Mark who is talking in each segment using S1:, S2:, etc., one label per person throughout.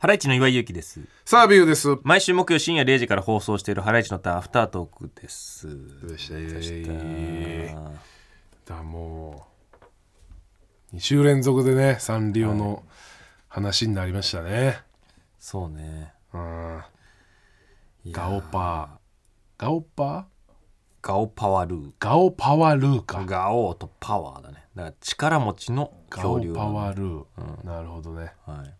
S1: ライチの岩井ゆきです。
S2: さあビューです。
S1: 毎週木曜深夜0時から放送しているハライチのターンアフタートークです。
S2: でした
S1: あ
S2: だもう2週連続でねサンリオの話になりましたね。
S1: そうね。
S2: うん。
S1: いや
S2: ガオパー。ガオパ
S1: ガオパワルー。
S2: ーガオパワルーか。
S1: ガオとパワーだね。だから力持ちの
S2: ガ
S1: 恐
S2: オ
S1: 竜な
S2: パ
S1: の
S2: ワルー。なるほどね。
S1: はい。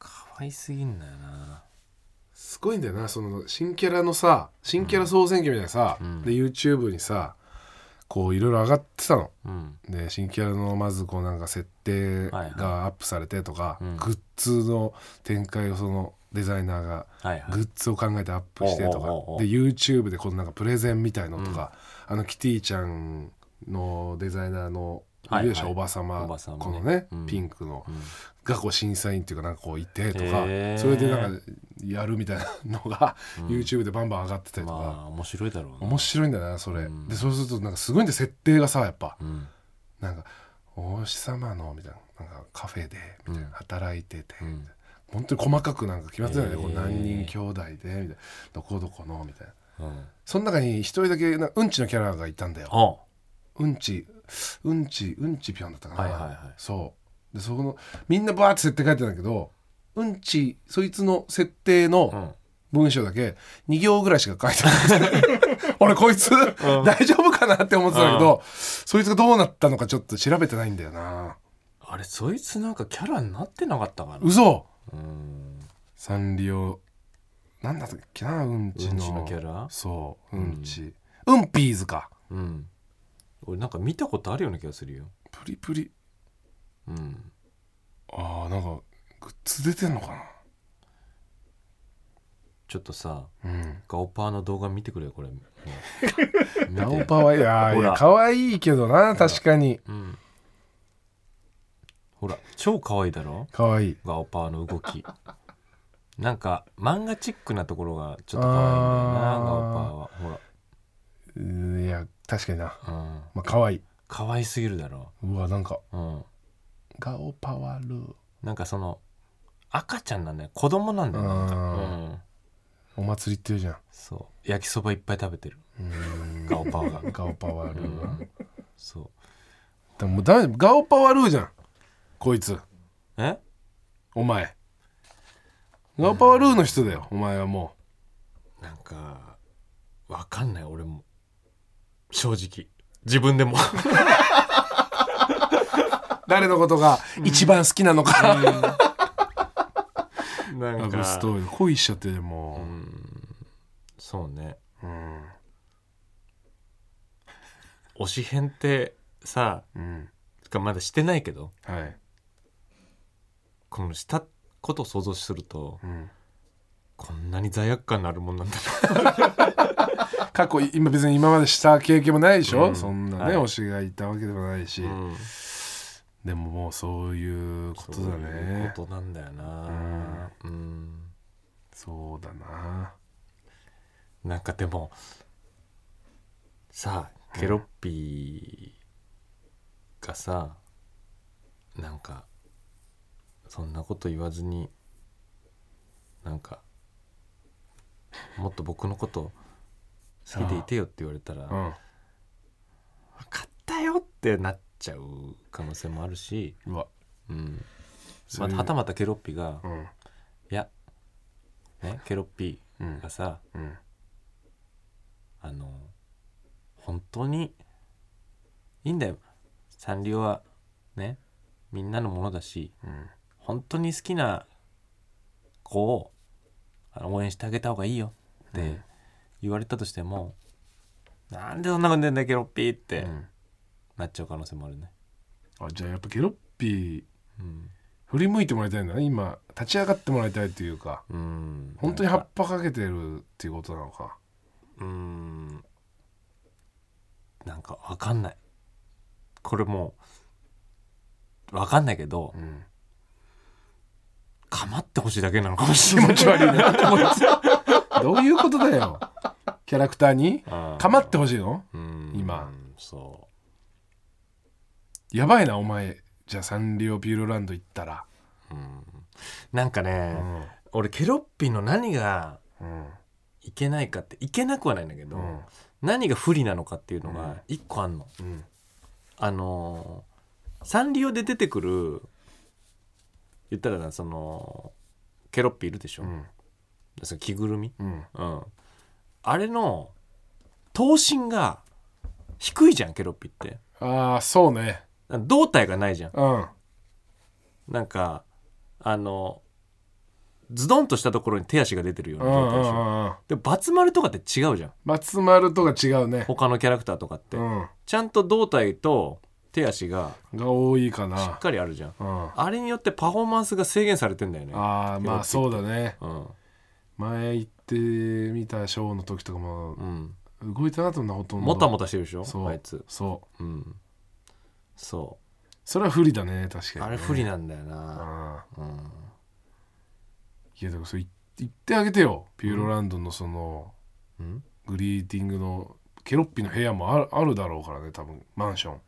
S1: かわいすぎんだよな。
S2: すごいんだよなその新キャラのさ新キャラ総選挙みたいなさ、で YouTube にさこういろいろ上がってたの。
S1: うん。
S2: で新キャラのまずこうなんか設定がアップされてとか、
S1: うん
S2: グッズの展開をそのデザイナーが
S1: はいはい。
S2: グッズを考えてアップしてとか
S1: おうおうおうおう
S2: で YouTube でこのなんかプレゼンみたいのとか、あのキティちゃんのデザイナーの
S1: はいはい
S2: 勇者おばさま
S1: おばさまね
S2: このね、
S1: うん
S2: ピンクの、
S1: ん
S2: がこう審査員っていうかなんかこういてとか
S1: へー
S2: それでなんかやるみたいなのが、YouTube でバンバン上がってたりとか、
S1: まあ面白いだろうな。
S2: 面白いんだよなそれ、
S1: うん
S2: でそうするとなんかすごいんだよ設定がさやっぱ。
S1: うん。
S2: なんか「お星様の」みたいななんかカフェでみたいな
S1: うん
S2: 働いてて、
S1: う
S2: みたい
S1: ん
S2: な本当に細かくなんか決まってないね、
S1: へー
S2: こう何人兄弟でみたいなどこどこのみたいな
S1: うん。
S2: その中に一人だけなうんちのキャラがいたんだよ
S1: あ。
S2: うんちうんちうんちぴょんだったかな、
S1: はいはいはい
S2: そうでそこのみんなバーって設定書いてたんだけどうんちそいつの設定の、
S1: うん。
S2: 文章だけ2行ぐらいしか書いて なくて俺こいつ、大丈夫かなって思ってたんだけど、そいつがどうなったのかちょっと調べてないんだよな
S1: あれそいつなんかキャラになってなかったかな。
S2: 嘘
S1: うん。
S2: サンリオなんだったっけなうんちの
S1: うんちのキャラ
S2: そううんち、うん、ピーズか
S1: うん。俺なんか見たことあるような気がするよ。
S2: プリプリ
S1: うん。
S2: あーなんかグッズ出てんのか
S1: ちょっとさ、
S2: なうん
S1: ガオパーの動画見てくれよこれ。 もう見て
S2: ナオパはいやい
S1: ほ
S2: や
S1: ら
S2: 可愛いけどな確かに
S1: うん。ほら超可愛いだろ。
S2: 可愛い
S1: ガオパーの動き。なんか漫画チックなところがちょっと可愛いんだよ
S2: あ
S1: な
S2: ー
S1: ガオパーは。ほ
S2: うんいや確かにな
S1: ら。うん。
S2: まあ可愛い
S1: 可愛すぎるだろ。
S2: うわなんか
S1: うん。
S2: ガオパワルー
S1: なんかその赤ちゃんなんだよ。子供なんだよ。なんか
S2: うん
S1: うん。
S2: お祭り行ってるじゃん
S1: そう焼きそばいっぱい食べてる ガオパーが
S2: ガオパワルーは
S1: そう
S2: でももうダメだガオパワルーじゃんこいつ
S1: え
S2: お前ガオパワルーの人だよお前はも
S1: なんかわかんない俺も正直自分でも
S2: う誰のことが一番好きなのか、
S1: な
S2: ラ
S1: ん
S2: ブス
S1: か
S2: トーリー恋しちゃってるよも
S1: そうね
S2: ううん
S1: 推し編ってさ
S2: うん
S1: つかまだしてないけど
S2: はい
S1: このしたことを想像すると
S2: うん
S1: こんなに罪悪感のあるもんなんだ
S2: 過去今別に今までした経験もないでしょ、
S1: うん
S2: そんなね、
S1: はい
S2: 推しがいたわけでもないし、
S1: な、うん、
S2: でももうそういうことだ
S1: そういう
S2: ね
S1: ことなんだよなうん
S2: そうだな
S1: なんかでもさあケロッピーがさ、なんかそんなこと言わずになんかもっと僕のこと好きでいてよって言われたら「
S2: う
S1: 分
S2: ん
S1: かったよ」ってなっちゃう可能性もあるし、
S2: うわ
S1: うん
S2: そ
S1: ま
S2: ういう
S1: あはたまたケロッピーが
S2: うん
S1: 「いや、ね、ケロッピ
S2: う
S1: ー
S2: ん
S1: がさ
S2: うん
S1: あの本当にいいんだよサンリオはねみんなのものだし
S2: うん
S1: 本当に好きな子をあの応援してあげた方がいいよって言われたとしても、なんでそんなこと言うんだけどピーって、
S2: うん
S1: なっちゃう可能性もあるね、
S2: あじゃあやっぱケロッピー
S1: うん
S2: 振り向いてもらいたいんだね今立ち上がってもらいたいというか
S1: うん、
S2: 本当に
S1: なんか
S2: 葉っぱかけてるっていうことなのか
S1: うんなんかわかんないこれもうわかんないけど、
S2: うん
S1: かまってほしいだけなのかもしれ ない。気持ち悪いなと思って。
S2: どういうことだよキャラクターにかまってほしいの
S1: うん
S2: 今。
S1: そ
S2: やばいなお前じゃあサンリオピューロランド行ったら
S1: う。うんなんかね、
S2: うん
S1: 俺ケロッピの何が
S2: うん
S1: いけないかっていけなくはないんだけど、
S2: うん
S1: 何が不利なのかっていうの
S2: うん
S1: が一個あんの、
S2: うん
S1: あのーサンリオで出てくる言ったらなそのケロッピいるでしょ、
S2: うん
S1: その着ぐるみ、
S2: うん
S1: うん、あれの頭身が低いじゃんケロッピって
S2: ああそうね
S1: 胴体がないじゃん
S2: うん
S1: なんかあのズドンとしたところに手足が出てるよう
S2: う
S1: なん状
S2: う
S1: 態でしょ、
S2: んうん
S1: でバツ丸とかって違うじゃん
S2: 松丸とか違うね
S1: 他のキャラクターとかって、
S2: うん
S1: ちゃんと胴体と手足が
S2: が多いか
S1: しっ
S2: な
S1: かりあるじゃん
S2: うん
S1: あれによってパフォーマンスが制限されてんだよね
S2: ああまあそうだね
S1: うん
S2: 前行ってみたショーの時とかも
S1: うん
S2: 動いたなと思うなほとんど
S1: もたもたしてるでしょ
S2: そう
S1: あいつ
S2: そう
S1: うんそ
S2: それは不利だね確か
S1: う
S2: に
S1: あれ不利
S2: な
S1: なんだよなうん
S2: いやでもそれ言ってあげてよピューロランドのその
S1: うん
S2: グリーティングのケロッピの部屋もあるあるだろうからね多分マンション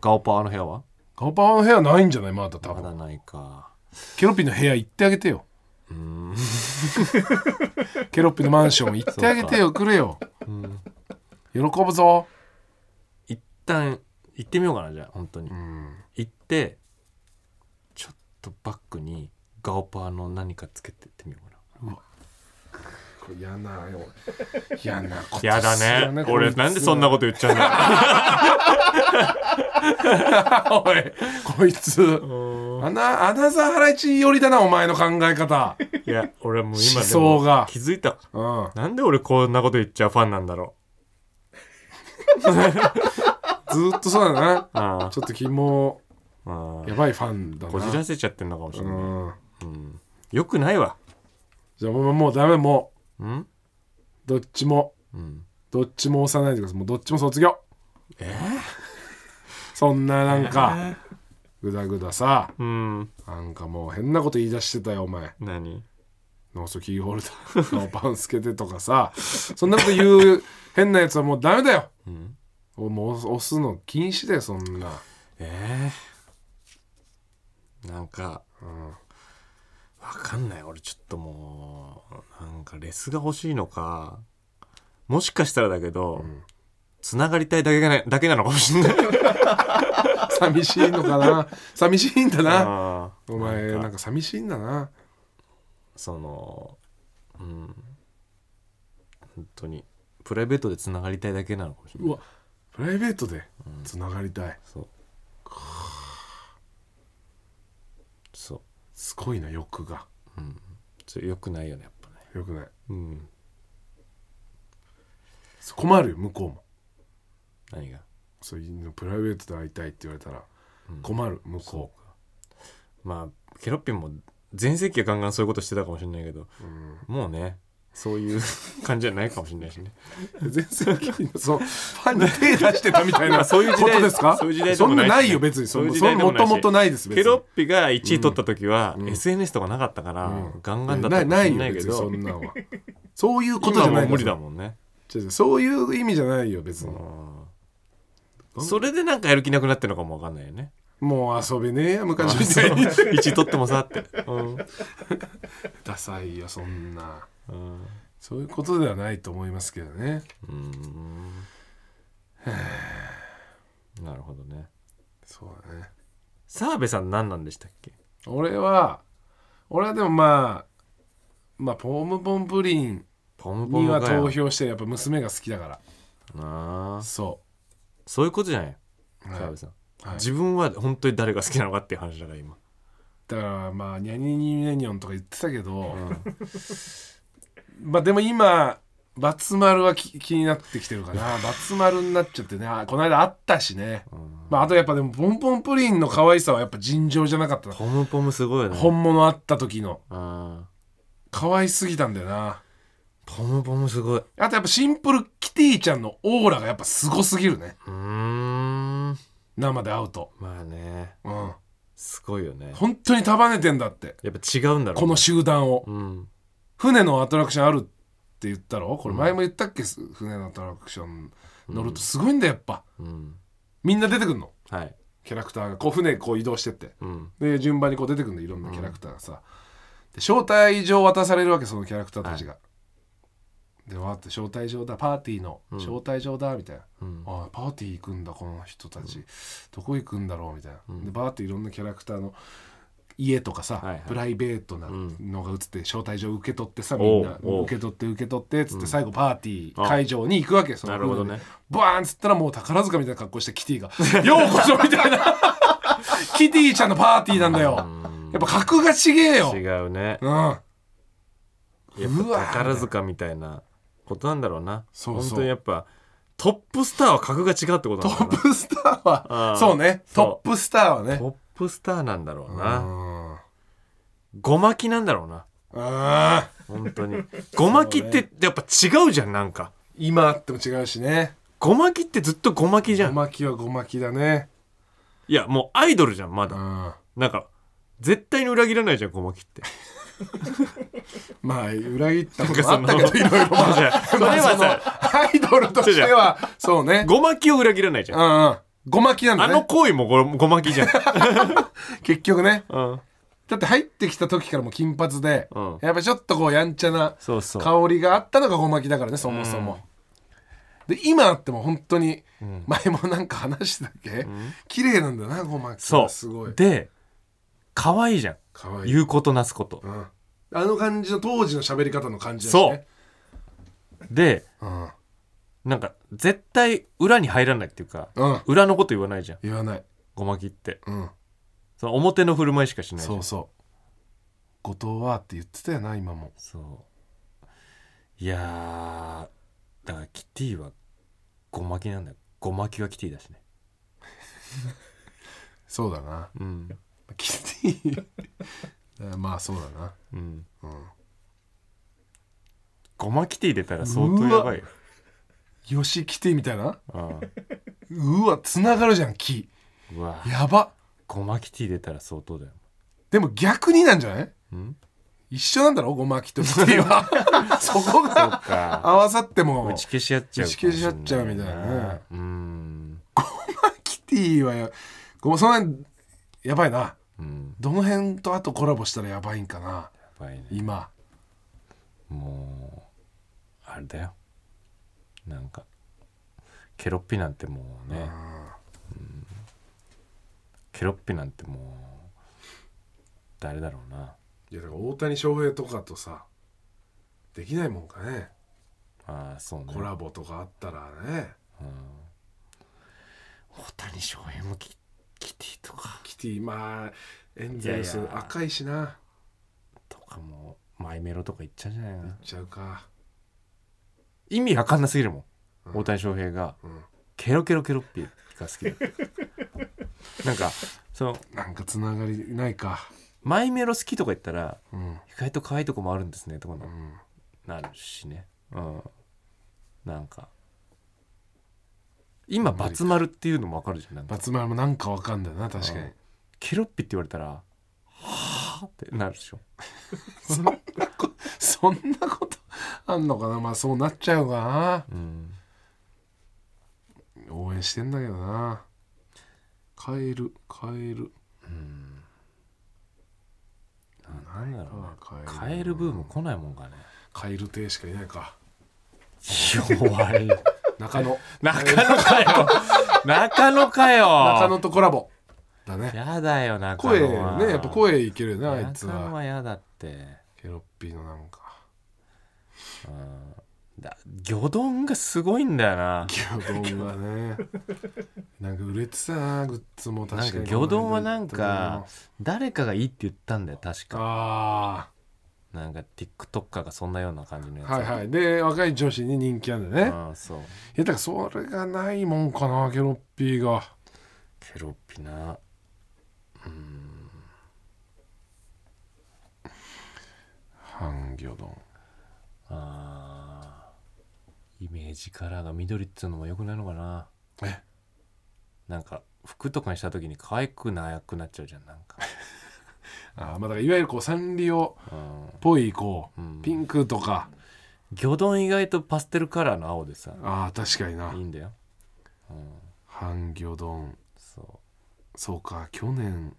S1: ガオパーの部屋は
S2: ガオパワの部屋ないんじゃないまだ多
S1: まだ
S2: 分
S1: ないか
S2: ケロッピの部屋行ってあげてよ
S1: うーん
S2: ケロッピのマンション行ってあげてよくれよ
S1: うん
S2: 喜ぶぞ
S1: 一旦行ってみようかなじゃあ本当に
S2: うん
S1: 行ってちょっとバッグにガオパーの何かつけてってみようかな
S2: これ嫌なよ嫌なこと
S1: やだね俺なんでそんなことと言っちゃうんだ
S2: おいこいつアナアナザーハライチ寄りだなお前の考 え方
S1: いや俺もう今
S2: 思
S1: でも
S2: 想が
S1: 気づいた
S2: うん
S1: なんで俺こんなこと言っちゃうファンなんだろ
S2: ずーっとそうだな
S1: うあ
S2: ちょっと肝
S1: ああ
S2: やばいファンだ
S1: あ
S2: な
S1: こじらせちゃってんのかもしれ
S2: う
S1: ない、
S2: ん
S1: うん、よくないわ
S2: じゃあもうもうダメも
S1: うん、
S2: うどっちも
S1: うん、
S2: どっちも押さないでくださいもうどっちも卒業
S1: え
S2: そんななんかグダグダさ
S1: ー、うん
S2: なんかもう変なこと言い出してたよお前
S1: 何
S2: ノースキーホ ルダーのパンつけてとかさそんなこと言う変なやつはもうダメだよ
S1: うん
S2: もう押す押すの禁止だよそんな
S1: えー、なんか
S2: うん
S1: わかんない俺ちょっともうなんかレスが欲しいのかもしかしたらだけど、
S2: ん
S1: つながりたいだけがなだけなのかもしれない
S2: 寂しいのかな寂しいんだな
S1: あー
S2: お
S1: な
S2: 前
S1: ん
S2: な
S1: か
S2: んか寂しいんだな
S1: そのうん本当にプライベートでつながりたいだけなのかもしれないう
S2: わプライベートでつながりたい
S1: そうそう
S2: すごいな欲が
S1: それよくないよねやっぱね
S2: よくない
S1: うん
S2: 困るよ向こうも
S1: 何が
S2: そういうのプライベートで会いたいって言われたら困る向こ
S1: うかまあケロッピンも全盛期はガンガンそういうことしてたかもしれないけど
S2: ううん
S1: もうねそういう 感じじゃないかもしれないしね
S2: 全然そうファンに手出してたみたい な
S1: そういう時代
S2: ことですか
S1: そういう時代で
S2: そ
S1: も
S2: ん
S1: ないし
S2: なないよ別にそ
S1: そういう時
S2: ん
S1: 代で
S2: な
S1: も
S2: も
S1: ないし
S2: ともとないです別
S1: ケ
S2: に
S1: ロッピが1位取った時は、
S2: うん
S1: SNS とかなかったから、
S2: うん
S1: ガンガンだったかも
S2: な
S1: しれ
S2: いな
S1: ないい
S2: よ
S1: け
S2: 別にそ
S1: ど
S2: んなんはそういうこと
S1: 今
S2: じゃな
S1: もう
S2: い
S1: 無理だ
S2: ん
S1: もんね、
S2: そういう意味じゃないよ別に
S1: うんそれでなんかやる気なくなってるのかもわかんないよ ね
S2: もう遊べねえや昔みたいに
S1: 1位取ってもさって、うん
S2: ダサいよそんな
S1: うん
S2: そういうことではないと思いますけどね
S1: うーんなるほどね
S2: そうだね
S1: 澤部さん何なんでしたっけ
S2: 俺は俺はでもまあまあポムポンプリン
S1: ポムポ
S2: に
S1: ム
S2: は
S1: かよ
S2: 投票してやっぱ娘が好きだから
S1: なあ
S2: そ
S1: そういうことじゃない
S2: はい
S1: 澤部さん、
S2: う、はい、
S1: 自分は本当に誰が好きなのかっていう話だから今
S2: だからまあニャニニニャニョンとか言ってたけど、
S1: うん
S2: まあでも今バツ丸はき気になってきてるかなバツ丸になっちゃってねあこの間あったしね、まあ、あとやっぱでもポンポンプリンの可愛さはやっぱ尋常じゃなかったな
S1: ポムポムすごいよね
S2: 本物あった時の
S1: あ
S2: 可愛すぎたんだよな
S1: ポムポムすごいう
S2: あとやっぱシンプルキティちゃんのオーラがやっぱすごすぎるね
S1: ーん
S2: 生で会うと
S1: まあね
S2: うん
S1: すごいよね
S2: 本当に束ねてんだって
S1: やっぱ違うんだろうね
S2: この集団を
S1: うん
S2: 船のアトラクションあるって言ったろこれ前も言ったっけ、す船のアトラクション乗るとすごいんだよやっぱ
S1: うん
S2: みんな出てくんの
S1: はい
S2: キャラクターがこう船こう移動してって
S1: うん
S2: で順番にこう出てくるんでいろんなキャラクターがさ、で招待状渡されるわけそのキャラクターたちが、でわーって招待状だパーティーの
S1: うん
S2: 招待状だみたいな、
S1: うん
S2: ああパーティー行くんだこの人たち、どこ行くんだろうみたいな、
S1: うん
S2: でバーっていろんなキャラクターの家とかさ、
S1: はいはい
S2: プライベートな
S1: うん
S2: のが映って招待状受け取ってさ、
S1: おう
S2: みんな
S1: おう
S2: 受け取って受け取ってっつっ
S1: う
S2: て
S1: ん
S2: 最後パーティー
S1: あ
S2: 会場に行くわけその
S1: なるほどね
S2: バーンっつったらもう宝塚みたいな格好してキティが 「ようこそ」みたいな キティちゃんのパーティーなんだよ
S1: うん
S2: やっぱ格がちげえよ、
S1: 違うね
S2: うん、
S1: や
S2: う
S1: っ
S2: わ
S1: ぱ宝塚みたいなことなんだろうな
S2: そうそう
S1: 本当にやっぱトップスターは格が違うってこと
S2: ト
S1: なんだろう
S2: ッ
S1: な
S2: プスター
S1: あ
S2: は
S1: あ
S2: そうね
S1: そ
S2: ト
S1: う
S2: ップスターは
S1: ト
S2: ね
S1: ップスターなんだろうな
S2: うん
S1: ごまきなんだろうな
S2: ああ
S1: 本 当にごまきってやっぱ違うじゃんなんか
S2: 今あっても違うしね
S1: ごまきってずっとごまきじゃ
S2: ご
S1: ん
S2: まきはごまきだね
S1: いやもうアイドルじゃんま
S2: う
S1: だ
S2: ん
S1: なんか絶対に裏切らないじゃんごまき って
S2: まあ裏切った
S1: な
S2: こ
S1: んか
S2: ともあ
S1: そ
S2: っ
S1: の
S2: たけどいろいろま
S1: じゃあ それは
S2: まあ
S1: さ
S2: そのアイドルとしてはそうね
S1: ごまきを裏切らないじゃ
S2: うんんうんごまきなん
S1: あ
S2: だ
S1: の
S2: ね
S1: 行為もごごまきじゃん
S2: 結局ね
S1: うん
S2: だって入ってきた時からもう金髪で
S1: うん
S2: やっぱちょっとこうやんちゃな
S1: そうそう
S2: 香りがあったのがごまきだからねそもそもで今あっても本当に
S1: うん
S2: 前もなんか話してたっけ
S1: ん
S2: 綺麗なんだよなごまき
S1: そう
S2: すごい
S1: で可愛いじゃん
S2: かわいい
S1: 言うことなすこと
S2: うんあの感じの当時の喋り方の感じだし
S1: そう
S2: ね
S1: で
S2: うん
S1: なんか絶対裏に入らないっていうか
S2: うん
S1: 裏のこと言わないじゃん
S2: 言わない
S1: ごまきって
S2: うん
S1: その表の振る舞いしかしないじゃ
S2: そ
S1: ん
S2: うそう後藤はって言ってたよな今も
S1: そういやーだからキティはごまきなんだよごまきはキティだしね
S2: そうだな
S1: うん
S2: キテ ィまあそうだな
S1: うん
S2: うん
S1: ごまキティ出たら相当やばいよ
S2: よしキティみたいな
S1: あ
S2: うわつながるじゃん木
S1: あうわ
S2: やば
S1: ごまキティ出たら相当だよ
S2: でも逆になんじゃない
S1: うん
S2: 一緒なんだろごまきとキティは そこ
S1: そっ
S2: が
S1: か
S2: 合わさっても
S1: 打ち消し合っちゃう
S2: 打ち消し合っちゃうみたいなね
S1: うん
S2: キティはやごめんその辺やばいな
S1: うん
S2: どの辺とあとコラボしたらやばいんかな
S1: やばいね
S2: 今
S1: もうあれだよなんかケロッピなんてもうね、
S2: うん
S1: ケロッピなんてもう誰だろうない
S2: やだから大谷翔平とかとさできないもんかね
S1: ああそうね
S2: コラボとかあったらね
S1: うん、大谷翔平もキキティとか
S2: キティまあエンゼルス
S1: いやいや
S2: 赤いしな
S1: とかもマイメロとか言っちゃうんじゃないか
S2: いっ
S1: な
S2: ちゃうか
S1: 意味わかんなすぎるもん、
S2: うん
S1: 大谷翔平が
S2: うん
S1: ケロケロケロッピが好きだったなんかその
S2: なんかつながりないか
S1: マイメロ好きとか言ったら
S2: うん
S1: 意外と可愛いとこもあるんですねとか
S2: う
S1: なんなるしねうんなんか今「バツ丸」っていうのもわかるじゃんなんか
S2: 松丸もなんかわかんだよな確か
S1: う
S2: に
S1: んケロッピって言われたらはあってなるでしょ
S2: そんなこそんなことあんのかなまあそうなっちゃうか
S1: うん
S2: な応援してんだけどなカエルカエル
S1: うんな
S2: ない
S1: んだろうね
S2: かカエル
S1: カエルブーム来ないもんかね
S2: カエル亭しかいないか
S1: 弱い
S2: 中野
S1: 中野か よ中野かよ
S2: 中野とコラボだね
S1: やだよ中
S2: 声ね
S1: 野は
S2: やっぱ声いけるよねあいつ
S1: 中野
S2: は
S1: はやだって
S2: ケロッピーのなんか
S1: うんだ魚丼がすごいんだよな
S2: 魚丼がねなんか売れてたなグッズも確か
S1: なん
S2: に
S1: か魚丼はなんか誰かがいいって言ったんだよ確か
S2: あ
S1: なんか TikToker がそんなような感じの
S2: あ
S1: やつ
S2: はいはいで若い女子に人気あるんだよね
S1: うんそう
S2: いやだからそれがないもんかなケロッピーが
S1: ケロッピなうん
S2: 半魚丼
S1: あーイメージカラーが緑っつうのもよくないのかな
S2: え
S1: なんか服とかにした時に可愛くなくなっちゃうじゃんなんか、
S2: ああまあだからいわゆるこうサンリオ
S1: うん
S2: っぽいこう、
S1: うん
S2: ピンクとか
S1: 魚丼意外とパステルカラーの青でさ
S2: ああ確かにない
S1: いんだよ、うん、
S2: 半魚丼
S1: そう
S2: そうか去年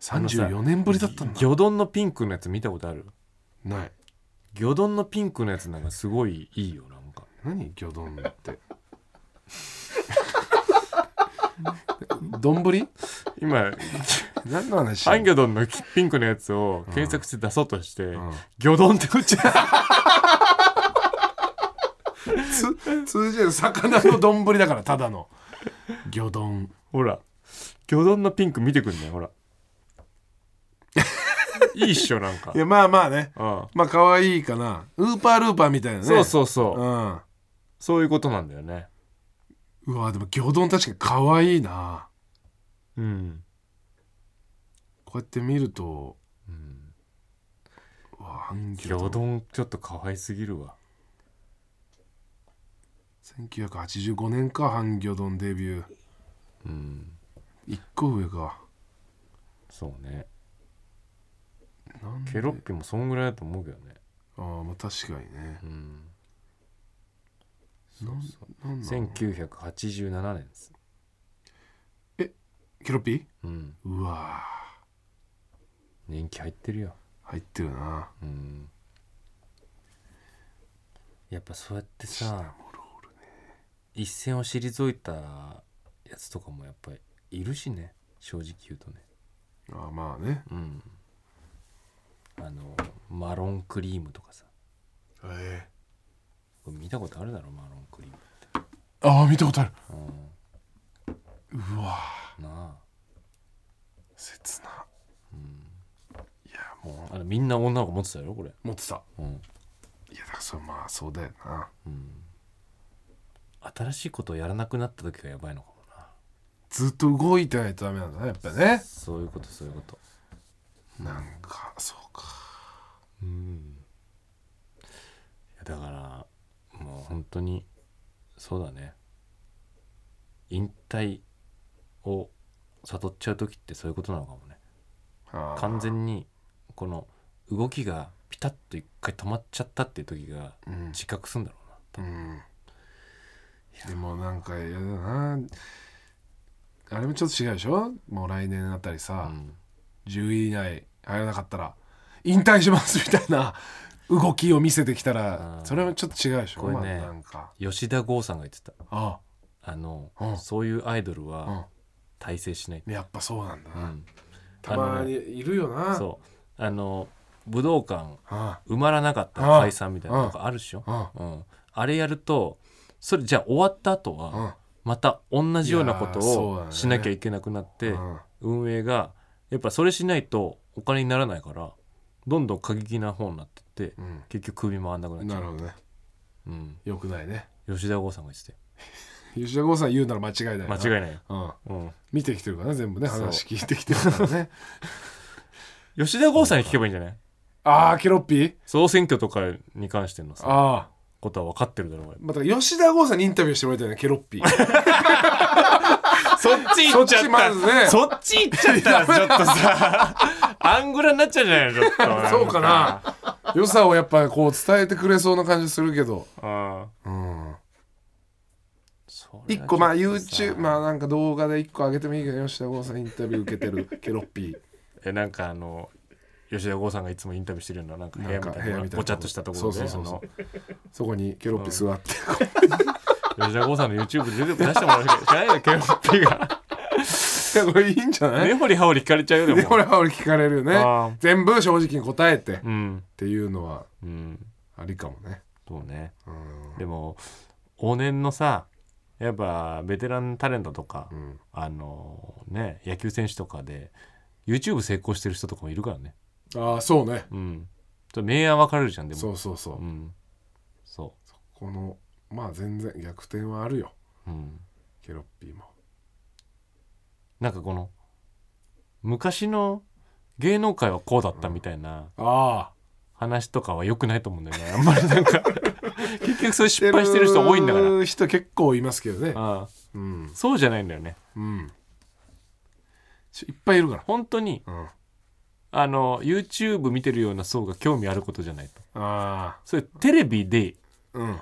S2: 34年ぶりだったんだ
S1: 魚丼のピンクのやつ見たことある
S2: ない
S1: 魚丼のピンクのやつなんかすごいいいよなんか
S2: 何魚丼って 丼ぶり
S1: 今
S2: 何の話
S1: アンギョドンのピンクのやつを検索して出そうとして、
S2: ん
S1: 魚丼って打っち ゃ
S2: つ通じる魚の丼ぶりだからただの魚丼
S1: ほら魚丼のピンク見てくんねほらいいっしょなんか
S2: いやまあまあね
S1: あ
S2: まあ可愛いかなウーパールーパーみたいなね
S1: そうそうそう、
S2: うん
S1: そういうことなんだよね
S2: うわでも魚丼確かに可愛いな
S1: うん、
S2: こうやって見ると
S1: うん、
S2: うわ半
S1: 魚丼ちょっと可愛すぎるわ
S2: 1985年か半魚丼デビュー
S1: うん
S2: 1個上か
S1: そうね
S2: なんで
S1: ケロッピもそんぐらいだと思うけどね
S2: ああまあ確かにね
S1: うん
S2: なんなんなの
S1: 1987年です
S2: ケロッピ
S1: うん
S2: ーうわ
S1: 年季入ってるよ
S2: ー入ってるな
S1: うんやっぱそうやってさ一線を退いたやつとかもやっぱりいるしね正直言うとね
S2: あーまあね
S1: うんあのマロンクリームとかさ
S2: え
S1: これ見たことあるだろマロンクリーム
S2: えああ見たことある
S1: うん
S2: うわ
S1: なあ
S2: ー切な、いやも
S1: あれみんな女の子持ってたよこれ
S2: う持ってた
S1: うん、
S2: いやだからそれまあそうだよな
S1: うん、新しいことをやらなくなった時がやばいのかもな
S2: ずっと動いてないとダメなんだねやっぱね
S1: そういうことそういうこと
S2: なんかそうか
S1: うんいやだからもう本当にそうだね引退を悟っちゃう時ってそういうことなのかもね
S2: あー
S1: 完全にこの動きがピタッと一回止まっちゃったっていう時が
S2: うん
S1: 自覚するんだろうな多
S2: う
S1: 分
S2: んでもなんか嫌だなあれもちょっと違うでしょもう来年あたりさ、10位以内入らなかったら引退しますみたいな動きを見せてきたら
S1: あー
S2: それもちょっと違うでしょ
S1: これね
S2: まあなんか
S1: うん、吉田剛さんが言ってた
S2: あ
S1: あの、
S2: うん
S1: そういうアイドル
S2: あ、うん
S1: は大成しない、
S2: やっぱそうなんだ
S1: う
S2: な、
S1: ん
S2: たまにいるよな
S1: そうあの武道館
S2: あ
S1: 埋まらなかったら解散みたいなのがあるでしょ
S2: ああ
S1: うん、あれやるとそれじゃあ終わった後
S2: あうん
S1: はまた同じようなこと
S2: いやーそうだ
S1: を
S2: ね
S1: しなきゃいけなくなって、
S2: うん
S1: 運営がやっぱそれしないとお金にならないからどんどん過激な方になってって、
S2: うん
S1: 結局首回らなくなっちゃ
S2: な
S1: う
S2: るほどね
S1: うん、
S2: よくないね
S1: 吉田剛さんが言ってて
S2: 吉田剛さん言うなら間違いないな
S1: 間違いないよ、
S2: うん、
S1: うん、
S2: 見てきてるからね全部ね
S1: そう
S2: 話聞いてきてるからね
S1: 吉田剛さんに聞けばいいんじゃない
S2: ああケロッピー
S1: 総選挙とかに関してのさ
S2: ああ
S1: ことは分かってるだろうが
S2: また吉田剛さんにインタビューしてもらいたいねケロッピー
S1: そっち行っちゃっ
S2: そっちま
S1: た。
S2: ずね
S1: そっち行っちゃったらちょっとさ、アングラになっちゃうじゃないの、ちょっと。
S2: そうかな良さをやっぱこう伝えてくれそうな感じするけど
S1: な。うん。
S2: うん
S1: それは
S2: 一個まあ
S1: ちょっとさ
S2: YouTube まあなんか動画で一個上げてもいいけど吉田剛さんインタビュー受けてるケロッピ
S1: え、なんかあの、吉田剛さんがいつもインタビューしてるような、なんか
S2: ー
S1: 部屋みたいな、ごちゃっとしたところで、
S2: そうそうそうそうそこにケロッピー座ってこ
S1: あ
S2: う
S1: の吉田剛さんの YouTube で出て出してもらうしかないよ、ケロッピー が。
S2: いやこれいいんじゃない
S1: 根掘り葉掘り聞かれちゃうよ、で
S2: で
S1: も
S2: 俺。は俺聞かれるよ
S1: あー
S2: ね全部正直に答えてっ
S1: うん。
S2: ていうのは
S1: うん。
S2: ありかもね
S1: そうね。
S2: うん
S1: でも、往年のさ、やっぱベテランタレントとか、
S2: うん
S1: あのね野球選手とかで YouTube 成功してる人とかもいるからね
S2: ああそうね
S1: うんちょっと明暗分かれるじゃんでも
S2: そうそうそううん
S1: そ
S2: このまあ全然逆転はあるよ
S1: ううん
S2: ケロッピーも
S1: なんかこの昔の芸能界はこうだったみたいな
S2: ああ
S1: 話とかは良くないと思うんだ よねあんまりなんか結局そういう失敗してる人多いんだから
S2: 人結構いますけどね
S1: ああ
S2: うん
S1: そうじゃないんだよね
S2: うんしいっぱいいるから
S1: 本当に
S2: うんあ
S1: あの YouTube 見てるような層が興味あることじゃないと
S2: あ
S1: それテレビで
S2: うん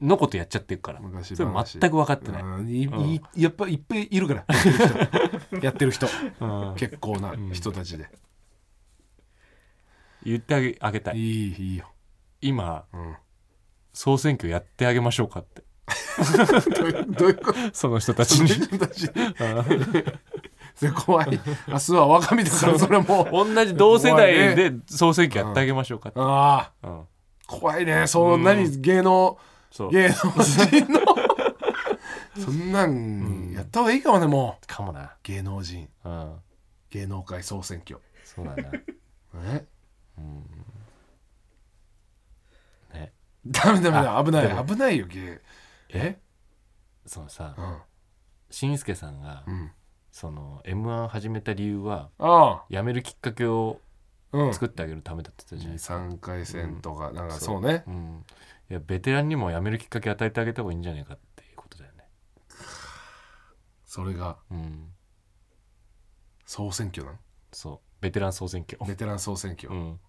S1: のことやっちゃってるから
S2: 昔話
S1: それ全く分かってない、
S2: うんい
S1: うん
S2: いやっぱいっぱいいるから やってる人やってる人
S1: うん
S2: 結構な人たちで、
S1: 言ってあげあげたい
S2: いいいいよ、
S1: 今
S2: うん、
S1: 総選挙やってあげましょうかって
S2: どう いうどういうこと
S1: その人たちに
S2: 人たちそれ 怖い明日は我が身だからそれもう
S1: 同じ同世代で総選挙やってあげましょうかって、
S2: ああ
S1: うん、
S2: 怖いねその何芸能
S1: そう
S2: 芸能人 のそんなんやった方がいいかもねもう
S1: かもな
S2: 芸能人
S1: うん
S2: 芸能界総選挙
S1: そう だな
S2: ね
S1: ね
S2: ダメダメだ危な
S1: ダ
S2: い危ないよ芸え
S1: そのさ
S2: うん
S1: しんすけさんが、
S2: うん
S1: その m 1始めた理由は
S2: ああ
S1: 辞めるきっかけを
S2: うん
S1: 作ってあげるためだって言ってたじゃないですか、
S2: 3回戦とかなんかそうね
S1: うんいやベテランにも辞めるきっかけ与えてあげた方がいいんじゃないかっていうことだよね
S2: それが
S1: うん
S2: 総選挙なの
S1: そうベテラン総選挙
S2: ベテラン総選挙
S1: うん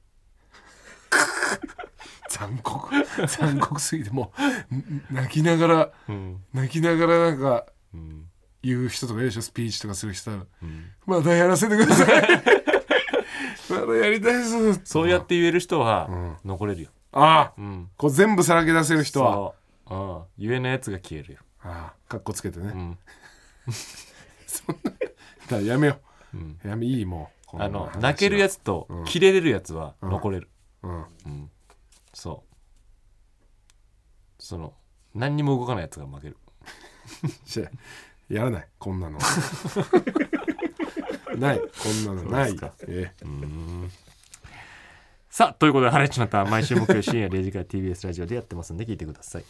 S2: 残酷残酷すぎてもうん泣きながら
S1: うん
S2: 泣きながらなんか
S1: うん
S2: 言う人とかいるでしょスピーチとかする人
S1: うん
S2: まだやらせてください まだやりたいです
S1: そうやって言える人
S2: う
S1: は
S2: ん
S1: 残れるよ
S2: ああ
S1: うん
S2: こう全部さらけ出せる人は
S1: そう、うん、言えないやつが消えるよ、
S2: ああかっこつけてね、
S1: う
S2: だか
S1: ん
S2: らやめよ
S1: うん、
S2: うやめいいもうこ
S1: あの泣けるやつ
S2: つ、
S1: と
S2: うん
S1: キレれるやつは残れる、
S2: うん、
S1: うん、そうその何にも動かないやつが負ける
S2: しやらないこん なのないこんなのな
S1: そう
S2: い
S1: ですか
S2: ええ
S1: さあということで「ハライチのターン」毎週木曜深夜0時から TBS ラジオでやってますんで聞いてください